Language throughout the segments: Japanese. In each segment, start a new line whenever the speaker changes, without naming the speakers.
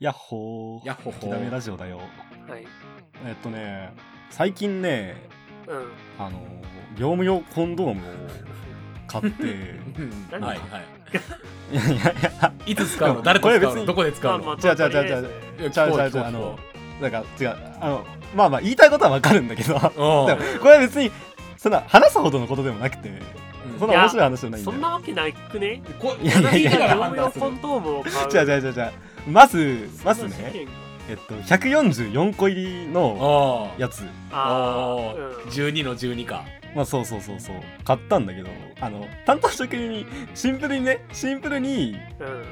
やっほー。
やっほほ
きだめラジオだよ。
はい。
えっとね、最近ね、
うん。
あの、業務用コンドームを買 って、
うん
何
はいはい
やいやいや、
い。いつ使うの
いや
誰と
これ
使う
別
の
に
どこで使う
まあ
の
ま
違
あ
う違う違う違う
とりあえず
いや聞
ちゃう
こ
ちゃう
え
ちゃう、
聞こえ
あ
聞
の
こ、
なんか違う、あの、まあまあ言いたいことはわかるんだけど、でも
え
これは別に、そんな話すほどのことでもなくて、
うん
そんな面白い話じゃないん
そ
だ
ん
よ。
なわけないくね
こ
いやいやいや
聞たら
業
判
務用
断する
コンドームを買う。
違う違う違う違う。まず、まず
そんな事
ね、
件が。
えっと、144個入りの
ああ
やつ、
あ
あ
ー
ー12の12か
まあそうそうそうそう買ったんだけどあの担当職員にシンプルにねシンプルに
あ。うん。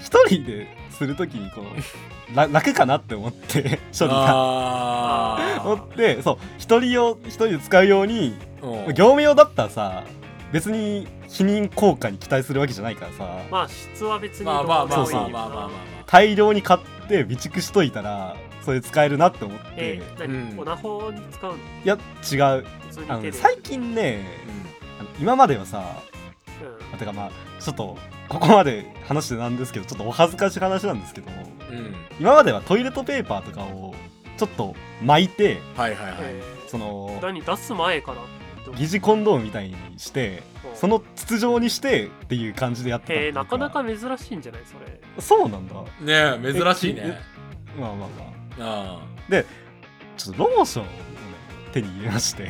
一人でするときにこうら楽かなって思って処理が
あ
思ってそう一人用一人で使うように
うん
業務用だったらさ別に避妊効果に期待するわけじゃないからさ
まあ質は別に
まあまあまあまあ
そうそう
まあまあまあま
大量に買って備蓄しといたらそれ使えるなって思って、
えー、
うん
何オナホに使うの
いや違う
普通に
あの
手
ね
で。
最近ねあの今まではさ
うん
まあてかまあちょっとここまで話してなんですけどちょっとお恥ずかしい話なんですけど
あうんうん
今まではトイレットペーパーとかをちょっと巻いて
はいはいはい
えー
その
何出す前から
疑似コンドームみたいにしてその筒状にしてっていう感じでやってた
へえなかなか珍しいんじゃないそれ
そうなんだ
ねえ珍しいね
まあまあまあ
あ
ちょっとローションをね手に入れまして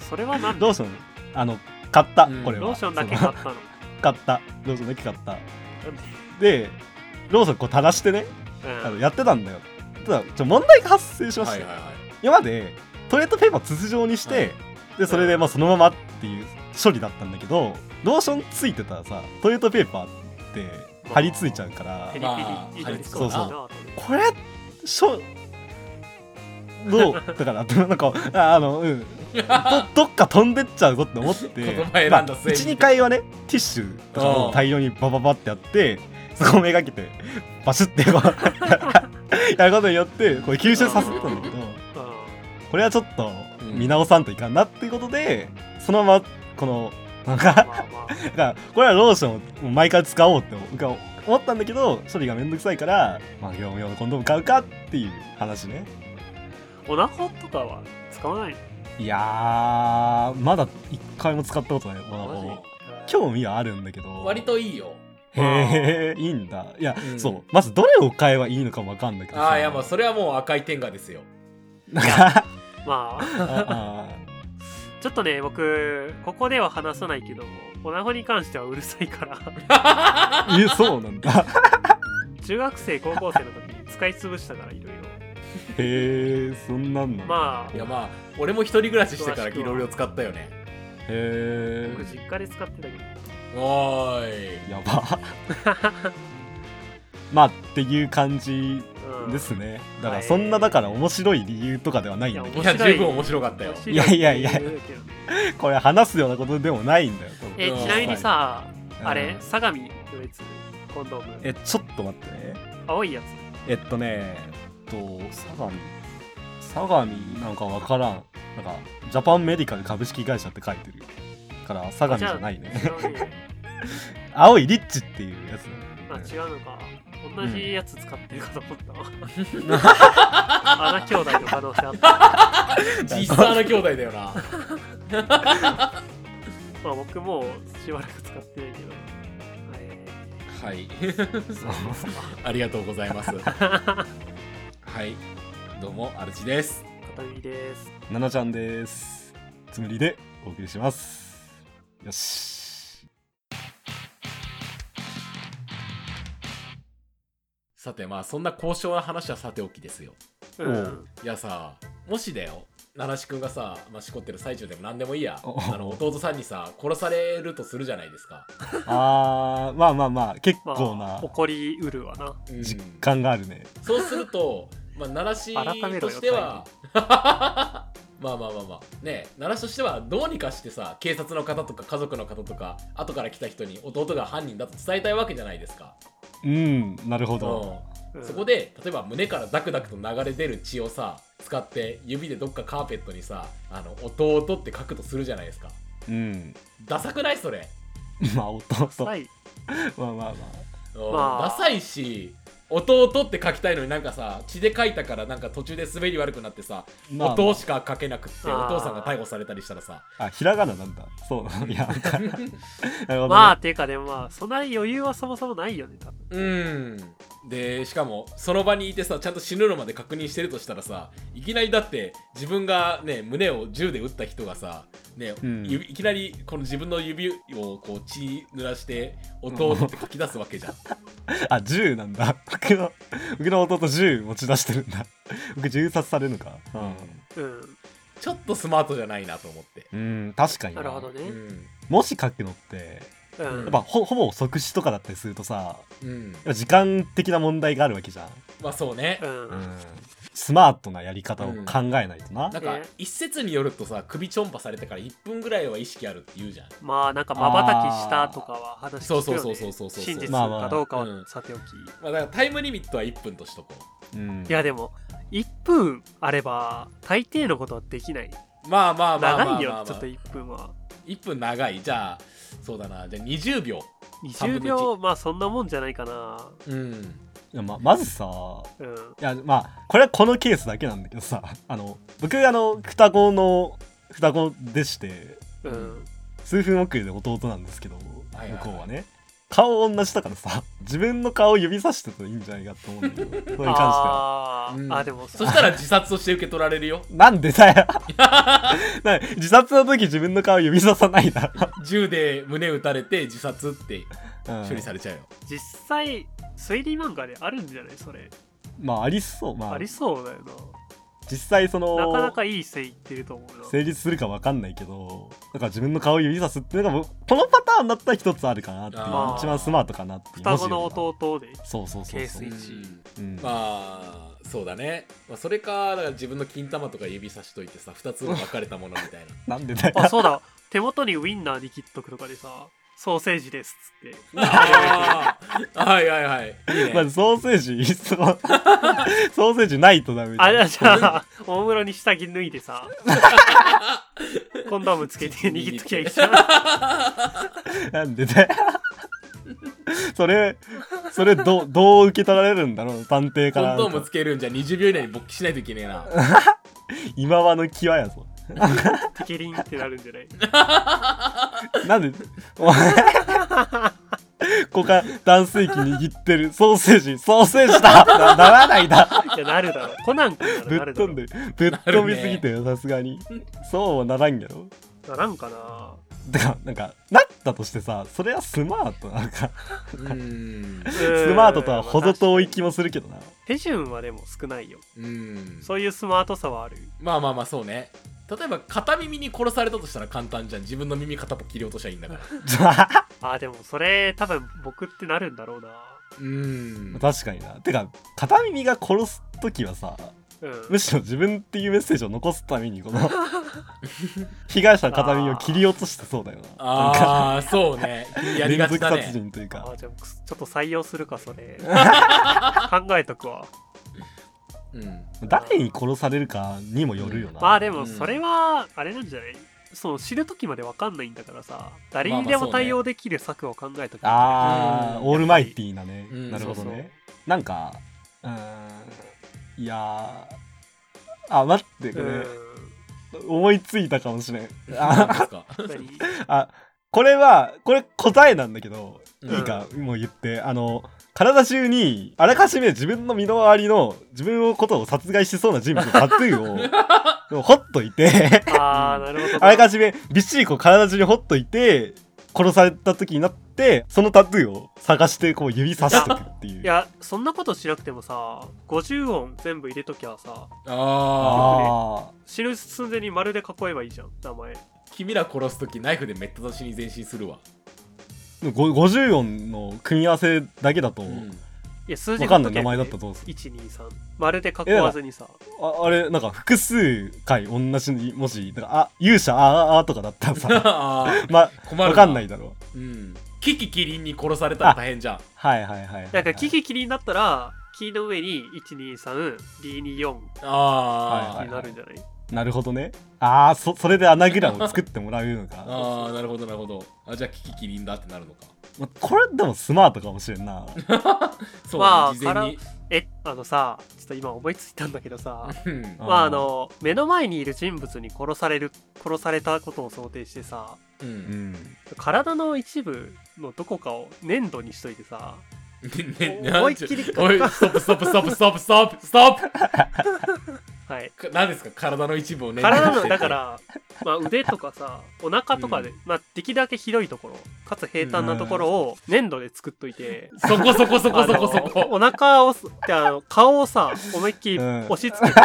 それは何
ローションあの買った、
うん
これは
ローションだけ
そ
買
の
ったの
買ったローションだけ買ったでローションこう垂らしてねあ
う
の
ん
やってたんだよただちょっと問題が発生し
あ
ま
は
し
い
て、
はいはい
今までトイレットペーパー筒状にして、
はい
でそれでまあそのままっていう処理だったんだけどローションついてたらさトイレットペーパーって貼り付いちゃうから
ペ
まあ
リペリいいのに
そうそう
な
これしょど うだからなんかああのうんどどっか飛んでっちゃうぞって思って
言葉選んだ
まあ
正義
12回はねティッシュとかを大量にバババってやってそこをめがけてバシッてこう やることによってこれ吸収させてたんだけど
う
これはちょっと
うん
見直さんといかんなっていうことで、そのままこのなん
ん
か
まあまあ
だからこれはローションを毎回使おうって思ったんだけど処理がめんどくさいから、まあ、業務用のコンドーム買うかっていう話ね
オナホとかは使わないの
いやーまだ一回も使ったことないオナ
マジ
ホ興味はあるんだけど
割といいよ
へえいいんだいや、
うん
そうまずどれを買えばいいのかもわかんないけど
ああいや まあそれはもう赤い天下ですよ
なんか
まあ
あ
ちょっとね僕ここでは話さないけどもオナホに関してはうるさいから
あえそうなんだ
中学生高校生の時に使い潰したからいろいろ
へえそんなんなんだ
ま
いや
あ
まあ俺も一人暮らししてからいろいろ使ったよね
へ
僕実
え
家で使ってたけど
おーい
やば まあっていう感じ
うん
ですねだか
は
ら
い
そんなだから面白い理由とかではないんだけ
い
い
面
や
白い
十分面白かったよ
面白
いやいやいや
って言うけどね
どこれ話すようなことでもないんだよ
え
うん
ちなみにさ
うん
あれ相模のやつコンドーム
えちょっと待ってね
青いやつ
えっとねえっと相模相模なんかわからんなんかジャパンメディカル株式会社って書いてるから相模じゃないね
違うね
青いリッチっていうやつね
あ違うのか同
うん
じやつ使ってるか と思ったわ穴兄弟の可能性あった
実際の兄弟だよな
まあ僕もうしばらく使ってないけど、え
はい ありがとうございますはいどうもアルチです
ー、片耳です
ななちゃんです。つむりでお送りします。よし。
さてまあそんな高尚な話はさておきですよ
う
お
ん
う
いやさもしだよ七志くんがさ、まあ、しこってる最中でも何でもいいや
お
あの弟さんにさ殺されるとするじゃないですか、
あー、まあまあまあ、結
ま
構
あ
な
起こりうるわな
うん
実感があるね。
そうすると、まあ、奈
改
良
め
市
ろ
と
よ
しては まあまあまあまあねえ奈良市としてはどうにかしてさ警察の方とか家族の方とか後から来た人に弟が犯人だと伝えたいわけじゃないですか、
うん、なるほど。
う、
うんん
そこで例えば胸からダクダクと流れ出る血をさ使って指でどっかカーペットにさあの弟って書くとするじゃないですか
うん。
ダサくないそれ、
まあ、弟。
は
ま
い
あまあまあ。
うん
まあ
ダサいし弟って書きたいのになんかさ血で書いたからなんか途中で滑り悪くなってさ
まあまあ
弟しか書けなくって
あ
お
ー
父さんが逮捕されたりしたらさ
あひらがななんだそう いやわかんな いなるほどね
まあ、ていうかでもまあ、そんな余裕はそもそもないよね、多分。
うんでしかもその場にいてさちゃんと死ぬのまで確認してるとしたらさいきなりだって自分がね胸を銃で撃った人がさね、
うん
指いきなりこの自分の指をこう血濡らして弟って書き出すわ けじゃん
あ銃なんだ 僕の僕の弟銃持ち出してるんだ 僕銃殺されるのか
うん。
ちょっとスマートじゃないなと思って、
うん、うん、確かに
なるほどね
う。
もし書くのって
う
や
ん
っ。ぱほほぼ即死とかだったりするとさ
んうん
やっぱ時間的な問題があるわけじゃん、
まあそうね
うん。
スマートなやり方を考えないとな、
なんか
ね
一説によるとさ首ちょんぱされてから1分ぐらいは意識あるって言うじゃん
まあ、なんか、瞬きしたとかは話して
あーそうそうそうそうそう
真実かどうか
まあま
は
あ
さておき。
まあだからタイムリミットは1分としとこ
うん
いや、でも、1分あれば、大抵のことはできない。
うまあまあまあまあまあ、ま
長
あ、
いよ、ちょっと1分は。
1分長いじゃあそうだなじゃあ20秒
20秒、まあ、そんなもんじゃないかな。
うん
いやままずさ
うん。
いやまあこれはこのケースだけなんだけどさ あの僕あの双子の双子でして
うん。
数分遅れで弟なんですけど、
はいはいはい
向こうはね顔同じだからさ自分の顔を指さしてたらいいんじゃないかと思 うんだけどそれに関しては
あ
う
ー
ん
あ、でも、
そしたら自殺として受け取られるよ
なんでだよなんか自殺の時自分の顔指ささないだろ、
銃で胸撃たれて自殺って
うん
処理されちゃうよ、
実際、推理漫画であるんじゃないそれ。
まあありそうまあ
ありそうだよ
実際その
な。なかなかいい線いってると思うな。
成立するかわかんないけどだから自分の顔を指さすっていうのがもうこのパターンだったら一つあるかなっていう
あ
ー
一番スマートかなっていう
双子の
もしよ
弟で。
りそうそうそう
ケー
そ
ス
う
い、
うん
うん
まあそうだね、まあ、それかだから自分の金玉とか指さしといてさ2つを分かれたものみたい
な
な
んでだよ
あ、そうだ。手元にウインナー握っとくとかでさ、ソーセージですっつって。
あーはいはいはい。いいね
まずソーセージいっそ ソーセージないとダメじゃん
あれじゃあ、おもむろに下着脱いでさ、コンドームつけて握っときゃいいじゃん。
なんでだよそれそれどどう受け取られるんだろう探偵か
コ
ら
ンドームつけるんじゃ20秒以内に勃起しないといけねえな。
今はの際やぞ
テケリンってなるんじゃない
なんでお 前ここから断水器握ってるソーセージソーセージだなならないだ
いや、なるだろう。コナン君な
ぶ
らな
っ
るだ
飛
ろ
ん
う。
でぶっ飛びすぎてよさすがにそうはならんやろ
ならんかな。
だからなんかなったとしてさそれはスマートなんか
うーん。
スマートとは程遠い気もするけどな
手順はでも少ないよ。
うーん。
そういうスマートさはある。
まあまあまあそうね。例えば片耳に殺されたとしたら簡単じゃん。自分の耳片っぽ切り落としゃいいんだから。
あ、でもそれ多分僕ってなるんだろうな。
うーん。
確かになてか片耳が殺す時はさ
うん。
むしろ自分っていうメッセージを残すためにこ の被害者の片耳を切り落としてそうだよななんか
ああ、そうね。やり
連
がち
続
だ
殺
ね。
人というか
あじゃあ僕ちょっと採用するか それ考えとくわ
うん。
誰に殺されるかにもよるよな、
まあでもそれはあれなんじゃない、そう死ぬ時まで分かんないんだからさ誰にでも対応できる策を考えとくべきだよ
あー
うん
オールマイティーなね、
うん
なるほどね
そうそう
なんかうーんいやーあ待ってこれ、思いついたかもしれん
なん
あ
ですか。
うん何
あこれはこれ答えなんだけど
う
い
ん
いか、もう言ってあの体中にあらかじめ自分の身の回りの自分のことを殺害しそうな人物のタトゥ ーをほっとい て
ああなるほど
あらかじめびっちりこう体中にほっといて殺された時になってそのタトゥーを探してこう指さしてくっていう
いやそんなことしなくてもさ50音全部入れときゃ
あ
さ
あ。
あ
死ぬ寸前に丸で囲えばいいじゃん名前
君ら殺すときナイフでめった刺しに前進するわ。
ーご50音の組み合わせだけだと、
うん。
いや数字
わかんない名前だったらどうする
123丸で囲わずにさ
ああれなんか複数回同じにもしなんかあ勇者あーあーとかだったら さ
ああ。
ま
困る。
わかんない。だろう
うん。キキキリンに殺されたら大変じゃん。
はいはいはいはい、
なんかキキキリンだったらキの上に123リに4
ああ。
はい
になるんじゃない、
なるほどねあ あそそれでアナグラムを作ってもらうのか
ああなるほどなるほどあじゃあキキキリンだってなるのか
まこれでもスマートかもしれん な
そう、
まあ
事前に。
えあのさちょっと今思いついたんだけどさ
うん
あー
まああの目の前にいる人物に殺される殺されたことを想定してさ
う。
うんん
体の一部のどこかを粘土にしといてさ
ねね
思いっきり
なんちゅうおい、ストップ、ストップ、ストップ、ストップ、ストップ、ストッ
はい
プ。何ですか、体の一部をね。
体のだか。ら、まあ、腕とかさお腹とかで、まあ、できるだけ広いところかつ平坦なところを粘土で作っといて。
そこそこそこそこそ
あの
こ。
お腹をすであの顔をさ思いっきり
うん
押し付けて、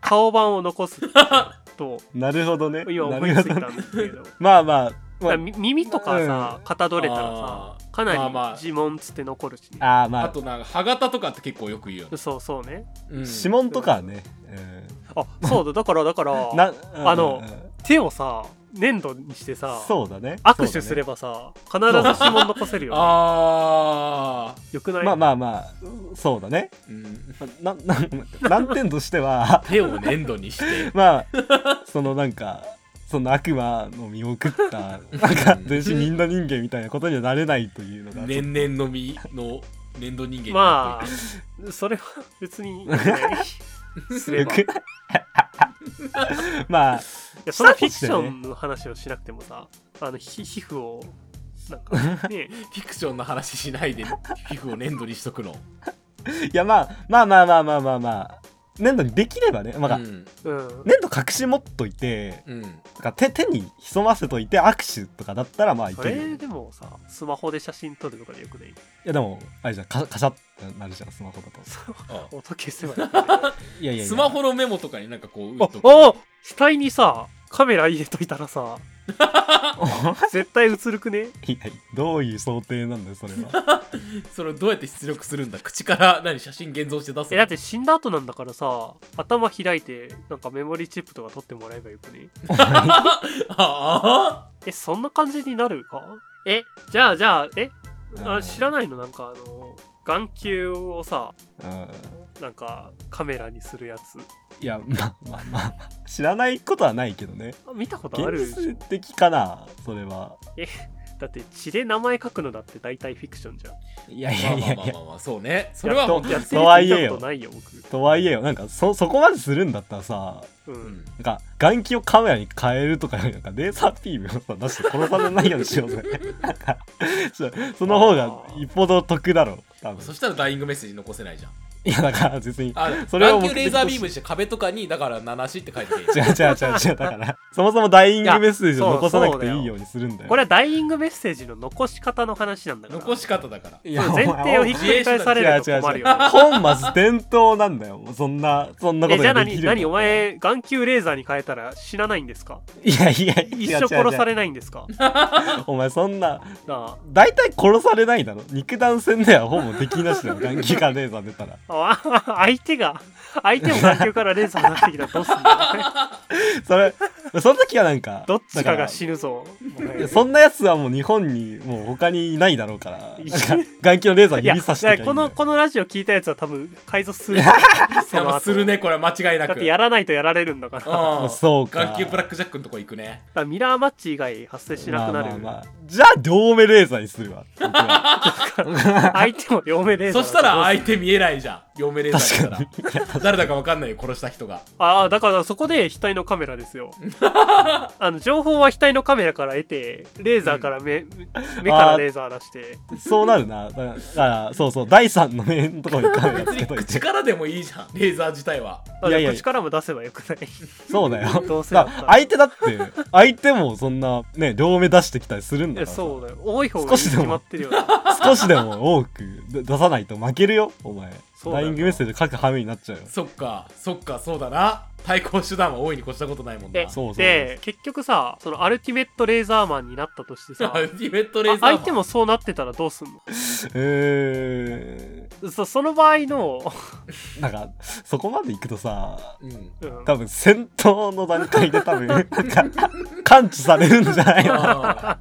顔板を残すと
なるほどね
今
な
思い
るほ
つい
ど
た
ね
んですけど
まあまあ、ま
だからみ耳とかさ、かたどれたら
あ
さ
ー
か
まあま
な
あ
り呪文つって残るしね、
あ、あーまあ
あとなんか、歯型とかって結構よく言うよね。
そうそうね
うん
指紋とかね、
あそうだだからだか
うん、
ら
な
あの
うんうんうん
手をさ粘土にしてさ
そうだね
握手すれ
ば、
ばさ、必ず指紋残せるよ、ね、
ああ。
よく
そう
な
だね
い、
まあまあまあそうだね
うん
なな 難点としては
手を粘土 にして。
まあそのなんかその悪魔の身を食ったなんか全身みんな人間みたいなことにはなれないというのが、
年々のみの粘土人間にな
ま
ってい
あそれは別に、ね、すればい
まあ
やそれはフィクションの話をしなくてもさあのひ皮膚をなん かね
くフィクションの話しないで皮膚を粘土にしとくの、
いやまあまあまあまあまあまあまあ粘土にできればね、まあ
うん
うん
粘土隠し持っといて
うん
なんか手手に潜ませといて握手とかだったらまあい
そ
けるよ
れ
い
でもさスマホで写真撮るとかでよくない
やでもあれじゃんカカシャってなるじゃんスマホだと
あ
音消せばいい のに
いやいやいや
スマホのメモとかになんかこう打っとく
ああ額にさカメラ入れといたらさ 絶対映るくね
いやどういう想定なんだよそれは
それをどうやって出力するんだ口から何写真現像して出す
え
の
だって死んだ後なんだからさ頭開いてなんかメモリーチップとか取ってもらえばよくね
ああ
えそんな感じになるかえじゃあじゃあえ
う
あ
ん
知らないのなんかあの眼球をさ
うん
なんかカメラにするやつ
いやまあまあまあ 知らないことはないけどね
あ見たことあるで
現
しょ
実的かなそれは
だって血で名前書くのだって大体フィクションじゃん
いやい
ま
や
あ
い
ま
や
あ
い
まあ
や
まあまあそうねそれは
や
も
っとやって
とはい
み
え
た
よ
ことないよ僕
とはいえよなんかそそこまでするんだったらさ
う
う、うんん、
なんか眼球をカメラに変えるとかなんかレーザービームをさ出して殺されないようにしようぜなんかそうその方が一歩ど得だろ多分
そしたらダイイングメッセージ残せないじゃん
いやだから別に違う
あ
それを
眼球レーザービームにして壁とかにだから7って書いて
違う違う違うだからそもそもダイイングメッセージ
い
を
や
残さなくて
そうそうだよ
いいようにするんだよ
これはダイイングメッセージの残し方の話なんだから
残し方だから
い
そう前提をひっくり返されると困るよ、ね、
本末転倒なんだよもうそんなそんなこ
え
と
じゃあ
ができ
何
る
何お前眼球レーザーに変えたら死なないんですか
いやいやい
一
や
生殺さ
れ
れないんですか
お前そんな
な
大体殺されないだろ肉弾戦ではほぼ敵なしだよ眼球がレーザー出たら
ああ相手が相手も眼球からレーザー出してきたらどうすんだ
それその時はなんか
どっちかが
ぬ
死ぬぞ
そんなやつはもう日本にもう他にいないだろうからなんか眼球のレーザー
いや
指さして
いやこのこのラジオ聞いたやつは多分改造する
いやまあ
後
するねこれは間違いな
だ
く
ってやらないとやられるんだからだか
うん
そうか
眼球ブラックジャックのとこ行くね
らミラーマッチ以外発生しなく
まあ
なる、
まあまあじゃあ両目レーザーにする わ僕は
相手も両目レーザ
そ
ーだ
したら
どうする
相手見えないじゃん両目レーザーだっ
確かに
たら誰だか分かんないよ殺した人が
ああだからそこで額のカメラです よあの情報は額のカメラから得てレーザーから目、目からレーザー出して
そうなるなだからだからそうそう第三の目のところにカメラ
別
つけ
に
とい
口
て
からでもいいじゃんレーザー自体はい
やいや
口からも出せばよくない
そうだよ
どうせだ
だ
っ
か
たら
ら相手だって相手もそんなね両目出してきたりするん
い
だ
や
からさ
そうだよ多い方がい
少
い
しで
に
も
決まってる よな
少しでも多く出出さないと負けるよお前
そうだ
ダ
よ
イイングメッセージ書く羽目になっちゃうよ
そっかそっかそうだな対抗手段は大いに越したことないもんな
で
そうそう
で結局さそのアルティメットレーザーマンになったとしてさ
アルティメットレー
あ
ザーマン
相手もそうなってたらどうすん
え
のそその場合の、
ー、なんかそこまで行くとさ
うん
うん
多分戦闘の段階で多分なんか感知されるんじゃないの
あ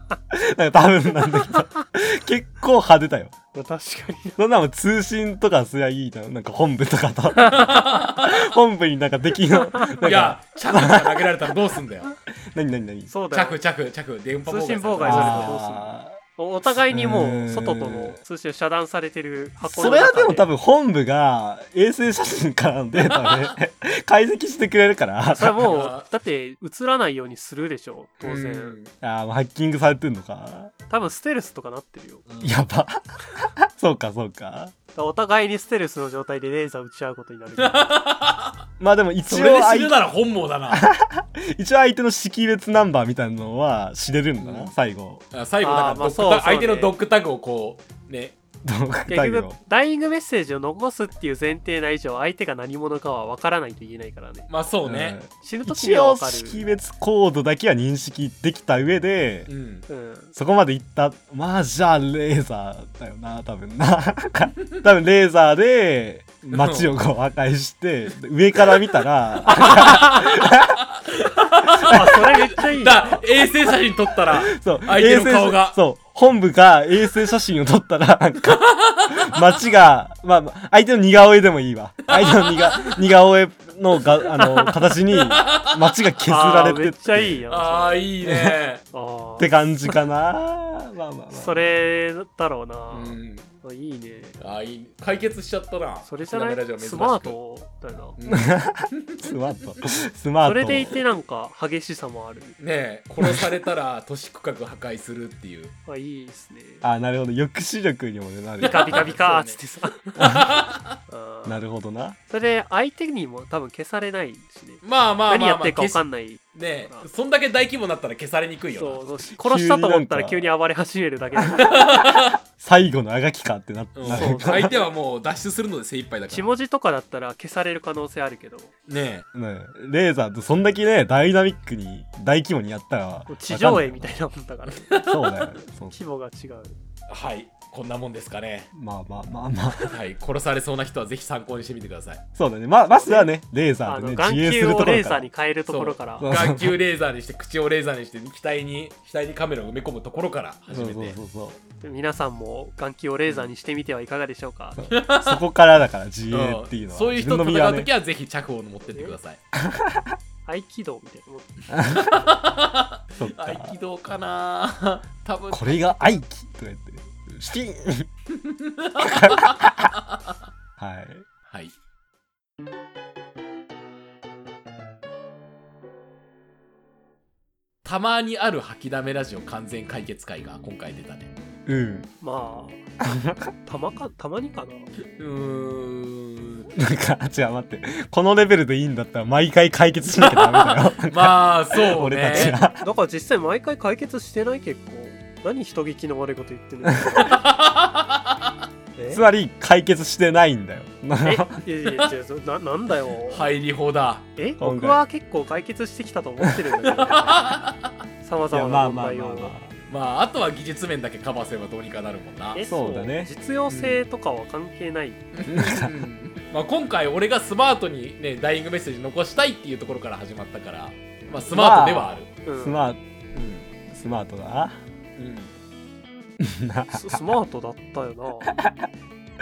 なんか多分なんだけど結構派手だよ
確かに
そんなもん通信とかすりゃいいじゃんなんか本部とかと 本部になんか敵のなん
ー
か
いやチャクとか投げられたらどうすんだよ
何何何
そう
チ
だ
ャ
よ
クチャクチャク電波妨害
通信妨害されたらどうすんの
あ
おお互いにも
う
うん外との通信を遮断されてる
そ
箱の
れ
中
はでも多分本部が衛星写真からのデータで 解析してくれるから
それはもう
あ
だって映らないようにするでしょ当然、
うん
あーもうハッキングされてんのか
多分ステルスとかなってるよ
うん
やば そうかそうか
だからお互いにステルスの状態でレーザー撃ち合うことになる
まあでも一
それ
応
で
あ
死
い
ぬなら本望だな
一応相手の識別ナンバーみたいなのは知れるんだな、
うん
最後
あ 最後だか
あ
ら
ー
ド
まあ
ッグ
そうそう
タ
ね
相手のドッグタグをこうね
どうか
結
最
局
後
ダイイングメッセージを残すっていう前提な以上相手が何者かは分からないと言えないからね
まあそうね、
死
う
ぬ
ん
時に
一
は
応
分か
識
る、
別コードだけは認識できた上で、
うん、
うん、
そこまでいったまあじゃあレーザーだよな多分な 多分レーザーで街をこう破壊して上から見た ら
あそれめっちゃい い
だ衛星写真撮った ら
そう
相手の顔が
衛星そう本部が衛星写真を撮ったらなん か街が、まあまあ、相手の似顔絵でもいいわ相手の 似が似顔絵のがあの形に街が削られ
あーめ
て
っ
っ
ちゃいいやん
ああ
それ
いいね、
あ
て
ー
感じ かなまあまあまあ
それだ ろうな
う、ん、
あいいね
あーいい解決しちゃったな
それじゃ
ス
ない
ナメラジオ珍し
ス
く
マートだよ
うん
スマートスマート
なそれでいてなんか激しさもある
ねえ殺されたら都市区画破壊するっていう
あいいですね
あなるほど抑止力にもねなる
ビカビカビカーっつってさ、うん
なるほどな
それで相手にも多分消されないしね
まあまあまあ、まあ、
何やってるか分か
消
んない
しねえそんだけ大規模になったら消されにくいよな
そうそうし殺したと思ったら急
急
に
に
暴れ始めるだけ
最後のあがきかってなって、
うん
なる
そう
相手はもう脱出するので精一杯だか
血
ら。
文字とかだったら消される可能性あるけど
ね
ねレーザーってそんだけねダイナミックに大規模にやったら
地上絵み
い
たいなもんだからね
なそうだよそう
規模が違う
え、はい、こんなもんですかね。
まあまあまあまあ
はい、殺されそうな人はぜひ参考にしてみてください。
そうだねまあまずはねレーザー
あ
で
の
ね
眼
自衛す
球
るとこ
を
ろから
レーザーに変えるところ から
そう
眼球レーザーにして、口をレーザーにして、額に、額にカメラを埋め込むところから始
そう
めて。
そうそうそう
皆さんも眼球をレーザーにしてみてはいかがでしょうか
そこからだから自
うん
衛っていうのは
そういう人と
自分の身
戦
は
うと
ね
きはぜひ着を持ってってください。
合気道みたいなもん
そっか
合気道かな 多分
これが愛機とか言って シピンはい
はい。たまにある吐きだめラジオ完全解決会が今回出たね。
うん
まあたまかたまにか
う
な
ーん。
なんか違う待ってこのレベルでいいんだったら毎回解決しなきゃダメだよ
まあ、そう
俺たち
ね。
は
だから実際毎回解決してない結構何人聞きの悪いこと言ってん のえ
つまり解決してないんだよ。
えいやいや違うそななんだよ、
入り法だ。
え
今回
僕は結構解決してきたと思ってるん だけどさまざまな問題を
まあ、あとは技術面だけカバーすればどうにかなるもんな。
え
そうだね
実用性とかは関係ない、
うんまあ、今回、俺がスマートにね、ダイイングメッセージ残したいっていうところから始まったから、まあ、スマートではある。
うん
スマート、スマートだな。
うんうん
ススマートだったよな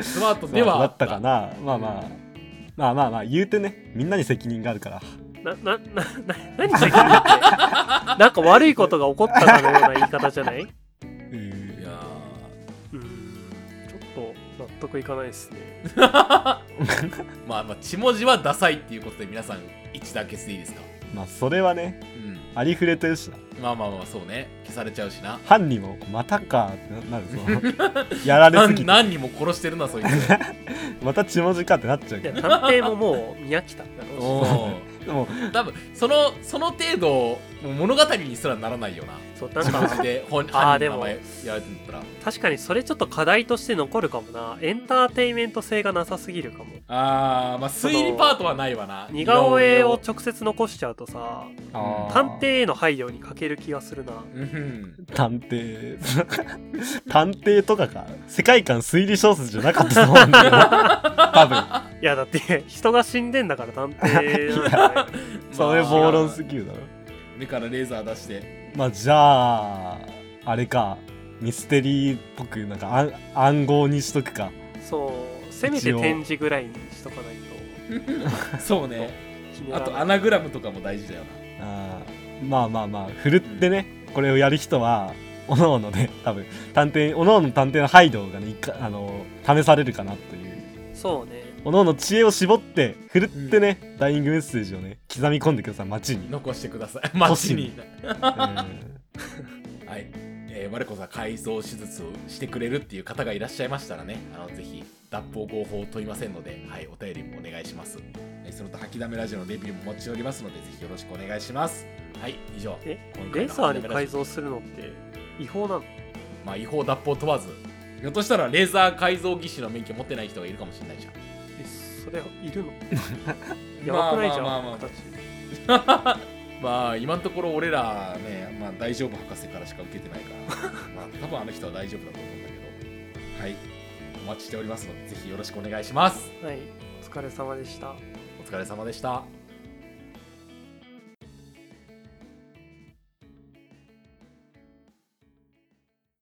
スマー
スマ
ト
ート
では
だ
あ
ったかな。まあまあ、まあまあまあ、言うてね、みんなに責任があるから。
なななな何責任って なんか悪いことが起こったかのような言い方じゃない
うん
いや
うんちょっと納得いかないですね
ーまあまあ血文字はダサいっていうことで皆さん一致団結でいいですか
まあ、それはね、
う
ありふれてるしな、
んまあまあまあそうね消されちゃうしな
犯人もまたかってななるぞ。 やられすぎて、
何何人も殺してるな そいつ
また血文字かってなっちゃう
い
け
や探偵ももう見飽きたんだろうし
おー
ど。でも、
多分そのその程度もう物語にすらならないよな
そうなん
血文字
か
で本
あー
犯
で
人
も
の名前やられてんだったら
確かにそれちょっと課題として残るかもなエンターテインメント性がなさすぎるかも
あーまあ推理パートはないわな
似顔絵を直接残しちゃうとさ
あー
探偵への配慮に欠ける気がするな
うん
探偵 探偵とかか世界観推理小説じゃなかったと思うんだよ多分
いやだって 人が死んでんだから探偵 なんじゃない
それ暴論すぎるだろ
目からレーザー出 して
まあじゃああれかミステリーっぽくなんか暗暗号にしとくか
そうせめて
一応
展示ぐらいにしとかない
そうね
と決めら
あ
れ
と
ない
アナグラムとかも大事だよな
あーまあまあまあ振るってね、これをやる人はおのおので多分探偵おのおの探偵のハイドがねいかあの試されるかなという
そうね
おのおの知恵を絞ってふるってね、ダイイングメッセージをね刻み込んでください街 に、
残してください。街に。
うん
はい。えー、我こそは改造手術をしてくれるっていう方がいらっしゃいましたらね、あのぜひ脱法合法を問いませんので、はい、お便りもお願いします。えーその他、吐きだめラジオのレビューも持ち寄りますので、ぜひよろしくお願いします。はい、以上。
え
今回
レ
の
ーザー
吐き
に
だめラ
改
ジオ
造するのって違法なの
まあ、違法脱法問わず、ひょっとしたらレーザー改造技師の免許持ってない人がいるかもしれないじゃん。
えそれいる のやばくないじゃん、
まあまあまあま
形
まあ今のところ俺らね、まあ、大丈夫博士からしか受けてないから まあ多分あの人は大丈夫だと思うんだけどはいお待ちしておりますのでぜひよろしくお願いします
はいお疲れ様でした
お疲れ様でした